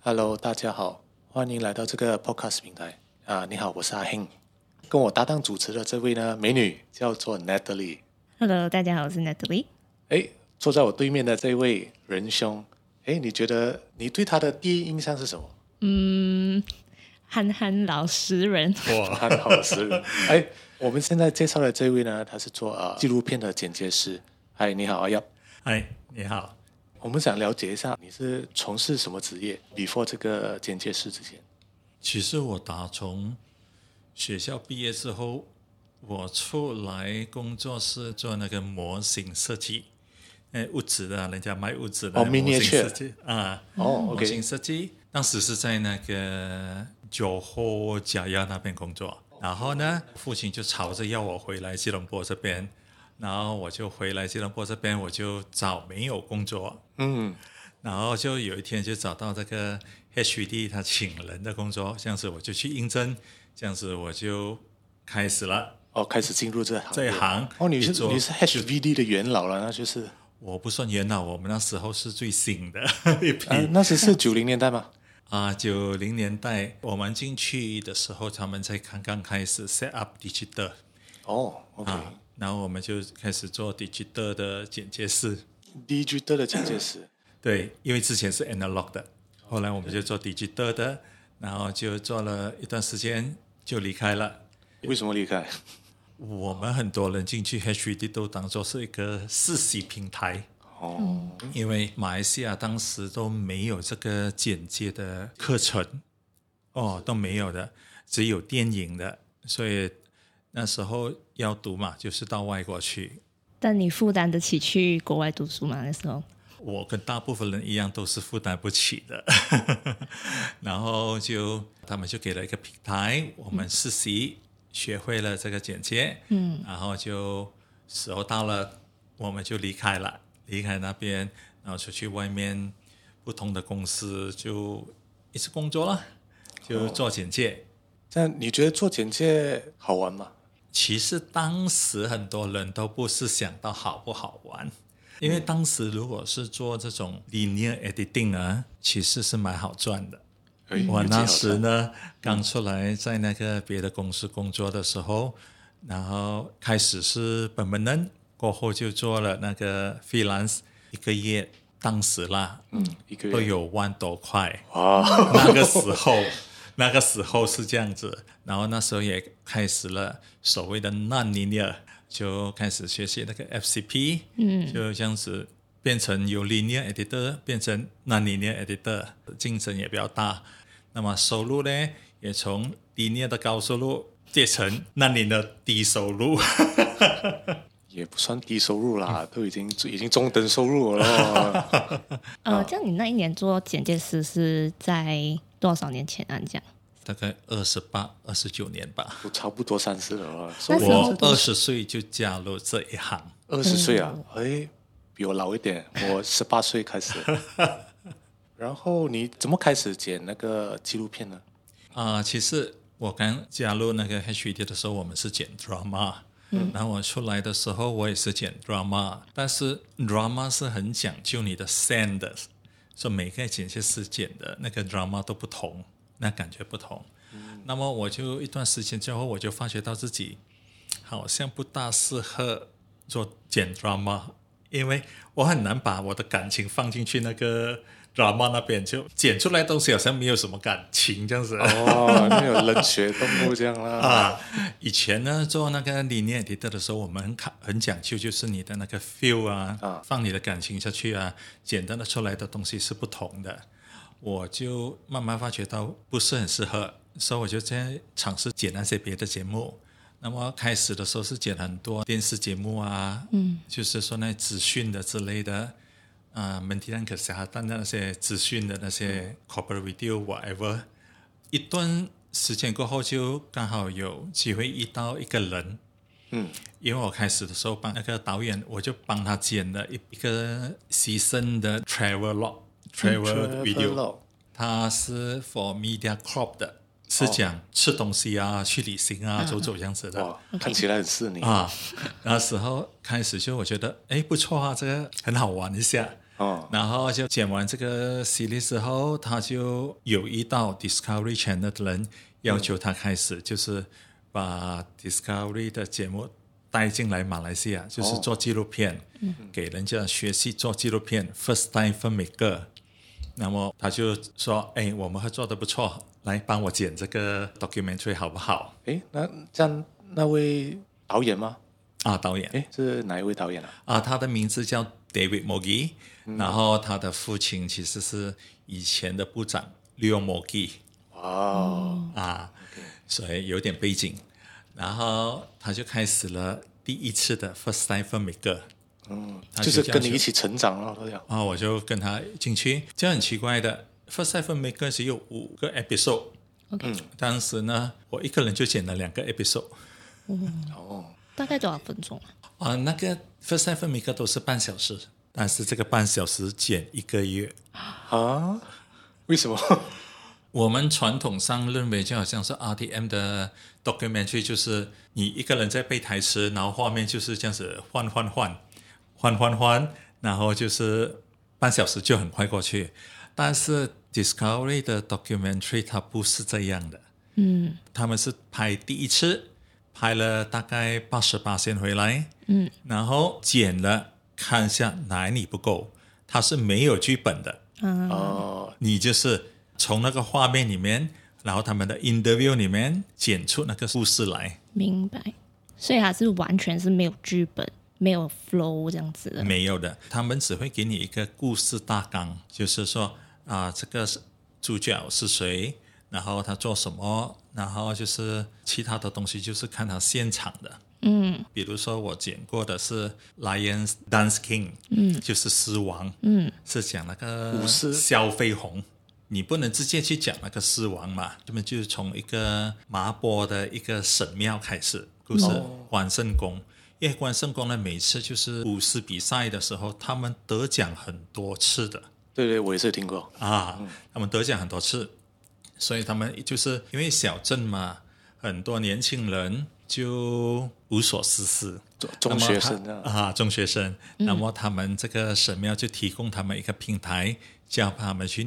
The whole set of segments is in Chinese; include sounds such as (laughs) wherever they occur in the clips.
Hello，大家好，欢迎来到这个 Podcast 平台啊、你好，我是阿 Hing，跟我搭档主持的这位呢，美女叫做 Natalie， Hello，大家好，我是 Natalie。哎，坐在我对面的这位仁兄，哎，你觉得你对他的第一印象是什么？憨憨老实人，哇，他好是哎，我们现在介绍的这位呢，他是做呃纪录片的剪接师。嗨，你好，阿耀，嗨，你好。我们想了解一下你是从事什么职业？before 这个剪接师之前，其实我打从学校毕业之后，我出来工作是做那个模型设计，哎，物质的，人家卖物质的哦模型 miniature 设计啊，哦模型，OK，设计。当时是在那个九后甲亚那边工作，然后呢，父亲就吵着要我回来吉隆坡这边，然后我就回来吉隆坡这边，我就找没有工作，嗯，然后就有一天就找到这个 HVD 他请人的工作，这样子我就去应征，这样子我就开始了哦，开始进入这行这一业行。哦，你是一做你是 HVD 的元老了，那就是我不算元老，我们那时候是最新的 (laughs) 一批呃，那时是九零年代吗？啊，九零年代我们进去的时候，他们才刚刚开始 set up digital (laughs) 哦，OK，啊，然后我们就开始做 digital 的剪接师， ，digital 的剪接师，对，因为之前是 analog 的，后来我们就做 digital 的，然后就做了一段时间就离开了。为什么离 (laughs) 开？我们很多人进去 HVD 都当做是一个实习平台，哦，因为马来西亚当时都没有这个简介的课程，哦，都没有的，只有电影的，所以那时候要读嘛，就是到外国去。但你负担得起去国外读书吗？那时候我跟大部分人一样，都是负担不起的， (laughs) 然后就他们就给了一个平台，我们实习、学会了这个简介，嗯，然后就时候到了，我们就离开了，离开那边，然后出去外面不同的公司就一直工作了，就做简介。这样你觉得做简介好玩吗？其实当时很多人都不是想到好不好玩，因为当时如果是做这种 linear editing 啊，其实是蛮好赚的。哎我有几那好时看呢，刚出来在那个别的公司工作的时候，然后开始是本本人，过后就做了那个 freelance，一个月当时啦，嗯，一个都月啊有万多块。 (laughs) 哇， (laughs) 那个时候，那个时候是这样子，然后那时候也开始了所谓的 non-linear，就开始学习那个 FCP，嗯，就这样子变成由 linear editor 变成 non-linear editor，竞争也比较大。那么收入呢，也从 linear 的高收入变成 non-linear 的低收入。 (laughs) 也不算低收入啦，都已经已经中等收入了 (laughs) 咯。呃，啊这样你那一年做简介师是在多少年前啊？你讲大概二十八、二十九年吧，都差不多三十了啊，那时候我二十岁就加入这一行。二十岁啊，哎，比我老一点，我十八岁开 (laughs) 始。然后你怎么开始剪那个纪录片呢？啊、其实我刚加入那个 HVD 的时候，我们是剪 drama，嗯，然后我出来的时候我也是剪 drama，但是 drama 是很讲究你的 send，的所以每个剪接师剪的那个 drama 都不同，那感觉不同。那么我就一段时间之后，我就发觉到自己好像不大适合做剪 drama，因为我很难把我的感情放进去那个 drama 那边，就剪出来的东西好像没有什么感情这样子。 (laughs) 哦，那有冷血动物这样啦。啊，以前呢做那个 linear editor 的时候，我们很看很讲究，就是你的那个 feel 啊，啊放你的感情下去啊，简单的出来的东西是不同的。我就慢慢发觉到不是很适合，所以我就在尝试剪那些别的节目。那么开始的时候是剪很多电视节目啊，嗯，就是说那资讯的之类的，啊、门提兰克侠蛋的那些资讯的那些 corporate video whatever，一段时间过后，就刚好有机会遇到一个人，嗯，因为我开始的时候帮那个导演，我就帮他剪了一一个牺牲的 travel log travel 嗯 video， Travelog 他是 for media crop 的，是讲吃东西啊、去旅行啊、走走这样子的。嗯 (laughs) 哇，看起来很适你。啊，那时候开始就我觉得，哎，不错啊，这个很好玩一下。哦然后就剪完这个 series 之后，他就有一道 Discovery Channel 的人要求他开始，就是把 Discovery 的节目带进来马来西亚，哦就是做纪录片，嗯给人家学习做纪录片，first time filmmaker。那么他就说：“哎，我们合作的不错，来帮我剪这个 documentary 好不好诶，那这样那位导演吗？？”啊，导演，诶，是哪一位导演啊？啊，他的名字叫 David Mogi，、然嗯后他的父亲其实是以前的部长 Leo Mogi 哇、哦，啊，所以有点背景。然后他就开始了第一次的 First Time Filmmaker 他哦就是是这样跟你说一起成长了，这样啊，我就跟他进去，这样很奇怪的。First Time Filmmaker 只有五个 episode， OK 嗯当时呢，我一个人就剪了两个 episode 哦，大概多少分钟啊？啊，那个 First Time Filmmaker 都是半小时，但是这个半小时剪一个月。啊？为 (laughs) 什么？我们传统上认为，就好像是 R T M 的 documentary，就是你一个人在背台词，然后画面就是这样子换换换，换换换，然后就是半小时就很快过去。但是 Discovery 的 documentary 它不是这样的，嗯，他们是拍第一次，拍了大概八十八线回来，嗯，然后剪了看一下哪里不够，它是没有剧本的，哦，你就是从那个画面里面，然后他们的 interview 里面剪出那个故事来，明白，所以还是完全是没有剧本、没有 flow 这样子的。没有的，他们只会给你一个故事大纲，就是说啊、这个是主角是谁，然后他做什么，然后就是其他的东西就是看他现场的。嗯，比如说我剪过的是《Lion Dance King》，嗯，就是狮王，嗯，是讲那个舞狮萧飞鸿。你不能直接去讲那个狮王嘛，他们就是从一个麻坡的一个神庙开始，就是哦关圣宫。因为关圣宫呢，每次就是舞狮比赛的时候，他们得奖很多次的对对，我也是听过。啊，嗯他们得奖很多次，所以他们就是因为小镇嘛，很多年轻人就无所事事，中那中么学他生这样啊，中学生。那么他们这个神庙就提供他们一个平台，教他们去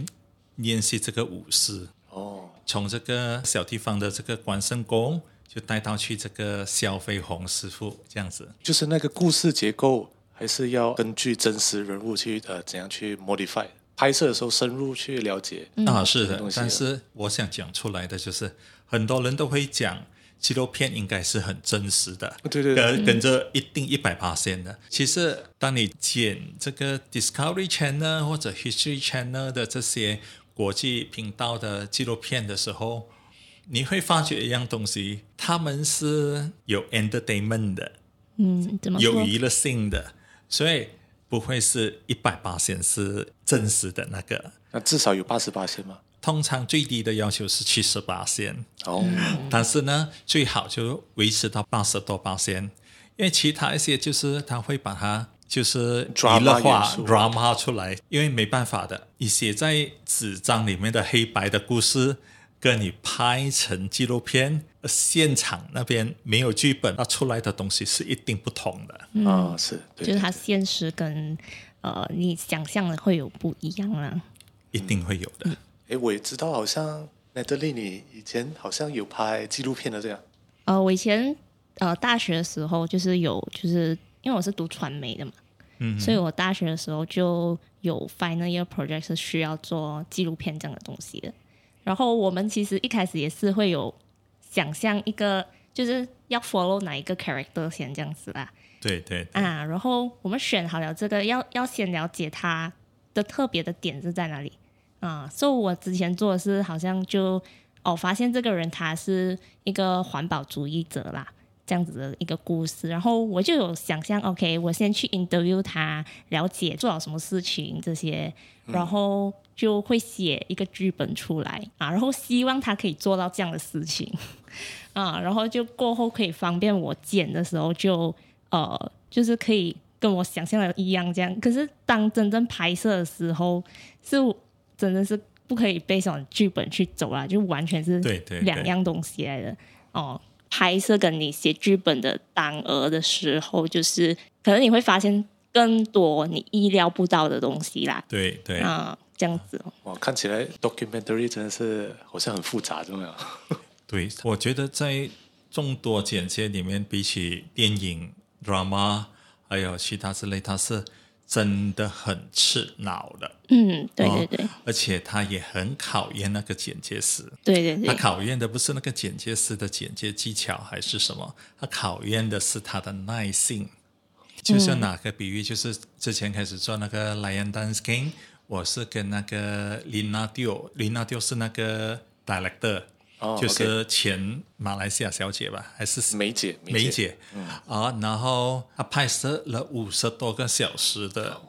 练习这个舞狮，哦，从这个小地方的这个关圣宫，就带到去这个萧飞鸿师傅这样子。就是那个故事结构还是要根据真实人物去呃怎样去 modify。拍摄的时候深入去了解，啊，是这个的东，西但是我想讲出来的就是，很多人都会讲纪录片应该是很真实的，哦对对对跟跟着一定一百八千的。其实，当你剪这个 Discovery Channel 或者 History Channel 的这些国际频道的纪录片的时候，你会发觉一样东西，他们是有 entertainment 的，嗯，怎么有说？娱乐性的，所以不会是一百八千是真实的那个。那至少有八十八线嘛。通常最低的要求是七十八先，哦，但是呢，最好就维持到八十多八先，因为其他一些就是他会把它就是娱 Drama 乐化元素 drama 出来，因为没办法的，你写在纸张里面的黑白的故事，跟你拍成纪录片，现场那边没有剧本，那出来的东西是一定不同的。啊是，对就对是它现实跟呃你想象的会有不一样啦。一定会有的。哎，我也知道，好像奈德利你以前好像有拍纪录片的这样。呃，我以前呃大学的时候就是有，就是因为我是读传媒的嘛，嗯，所以我大学的时候就有 final year project 是需要做纪录片这样的东西的。然后我们其实一开始也是会有想象一个，就是要 follow 哪一个 character 先这样子啦，对对对啊，然后我们选好了这个，要要先了解它的特别的点是在哪里啊。所、以我之前做的是好像就哦，发现这个人他是一个环保主义者啦，这样子的一个故事。然后我就有想象，OK，我先去 interview 他，了解做了什么事情这些，然后就会写一个剧本出来啊，然后希望他可以做到这样的事情。啊，然后就过后可以方便我剪的时候就呃，就是可以跟我想象的一样这样。可是当真正拍摄的时候，是我真的是不可以背上剧本去走啦，就完全是对对对两样东西来的哦。拍摄跟你写剧本的当儿的时候，就是可能你会发现。更多你意料不到的东西啦。对对，啊、这样子哦，哇，看起来 documentary 真的是好像很复杂，对没有？对，我觉得在众多剪接里面，比起电影、drama 还有其他之类，它是真的很吃脑的。嗯，对哦对对、而且它也很考验那个剪接师。对对它对，考验的不是那个剪接师的剪接技巧还是什么，它考验的是他的耐性。就像哪个比喻，就是之前开始做那个 Lion Dance King，我是跟那个 Lina Dio，Lina Dio 是那个 director，、哦就是前马来西亚小姐吧，还是梅姐，嗯梅姐姐、啊，然后她拍摄了五十多个小时的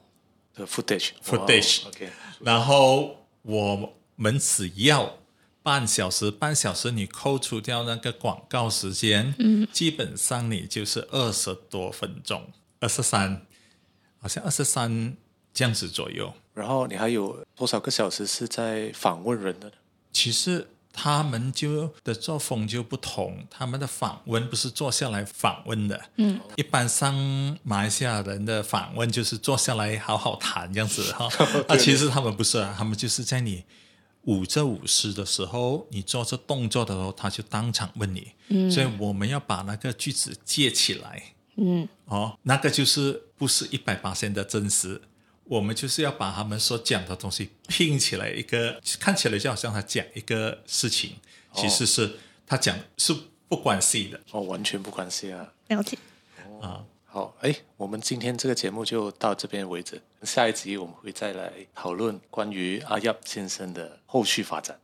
的 footage footage OK，然后我们只要半小时，半小时你扣除掉那个广告时间，嗯，基本上你就是二十多分钟，二十三，好像二十三这样子左右。然后你还有多少个小时是在访问人的呢？其实他们就的作风就不同，他们的访问不是坐下来访问的，嗯，一般上马来西亚人的访问就是坐下来好好谈这样子 (laughs) 哈，啊，其实他们不是啊，他们就是在你舞这舞狮的时候，你做这动作的时候，他就当场问你，嗯，所以我们要把那个句子接起来，嗯，哦，那个就是不是一百八千的真实，我们就是要把他们所讲的东西拼起来一个，看起来就好像他讲一个事情，其实是、他讲是不关系的。哦，完全不关系啊。了解。好，哎，我们今天这个节目就到这边为止，下一集我们会再来讨论关于阿亚先生的后续发展。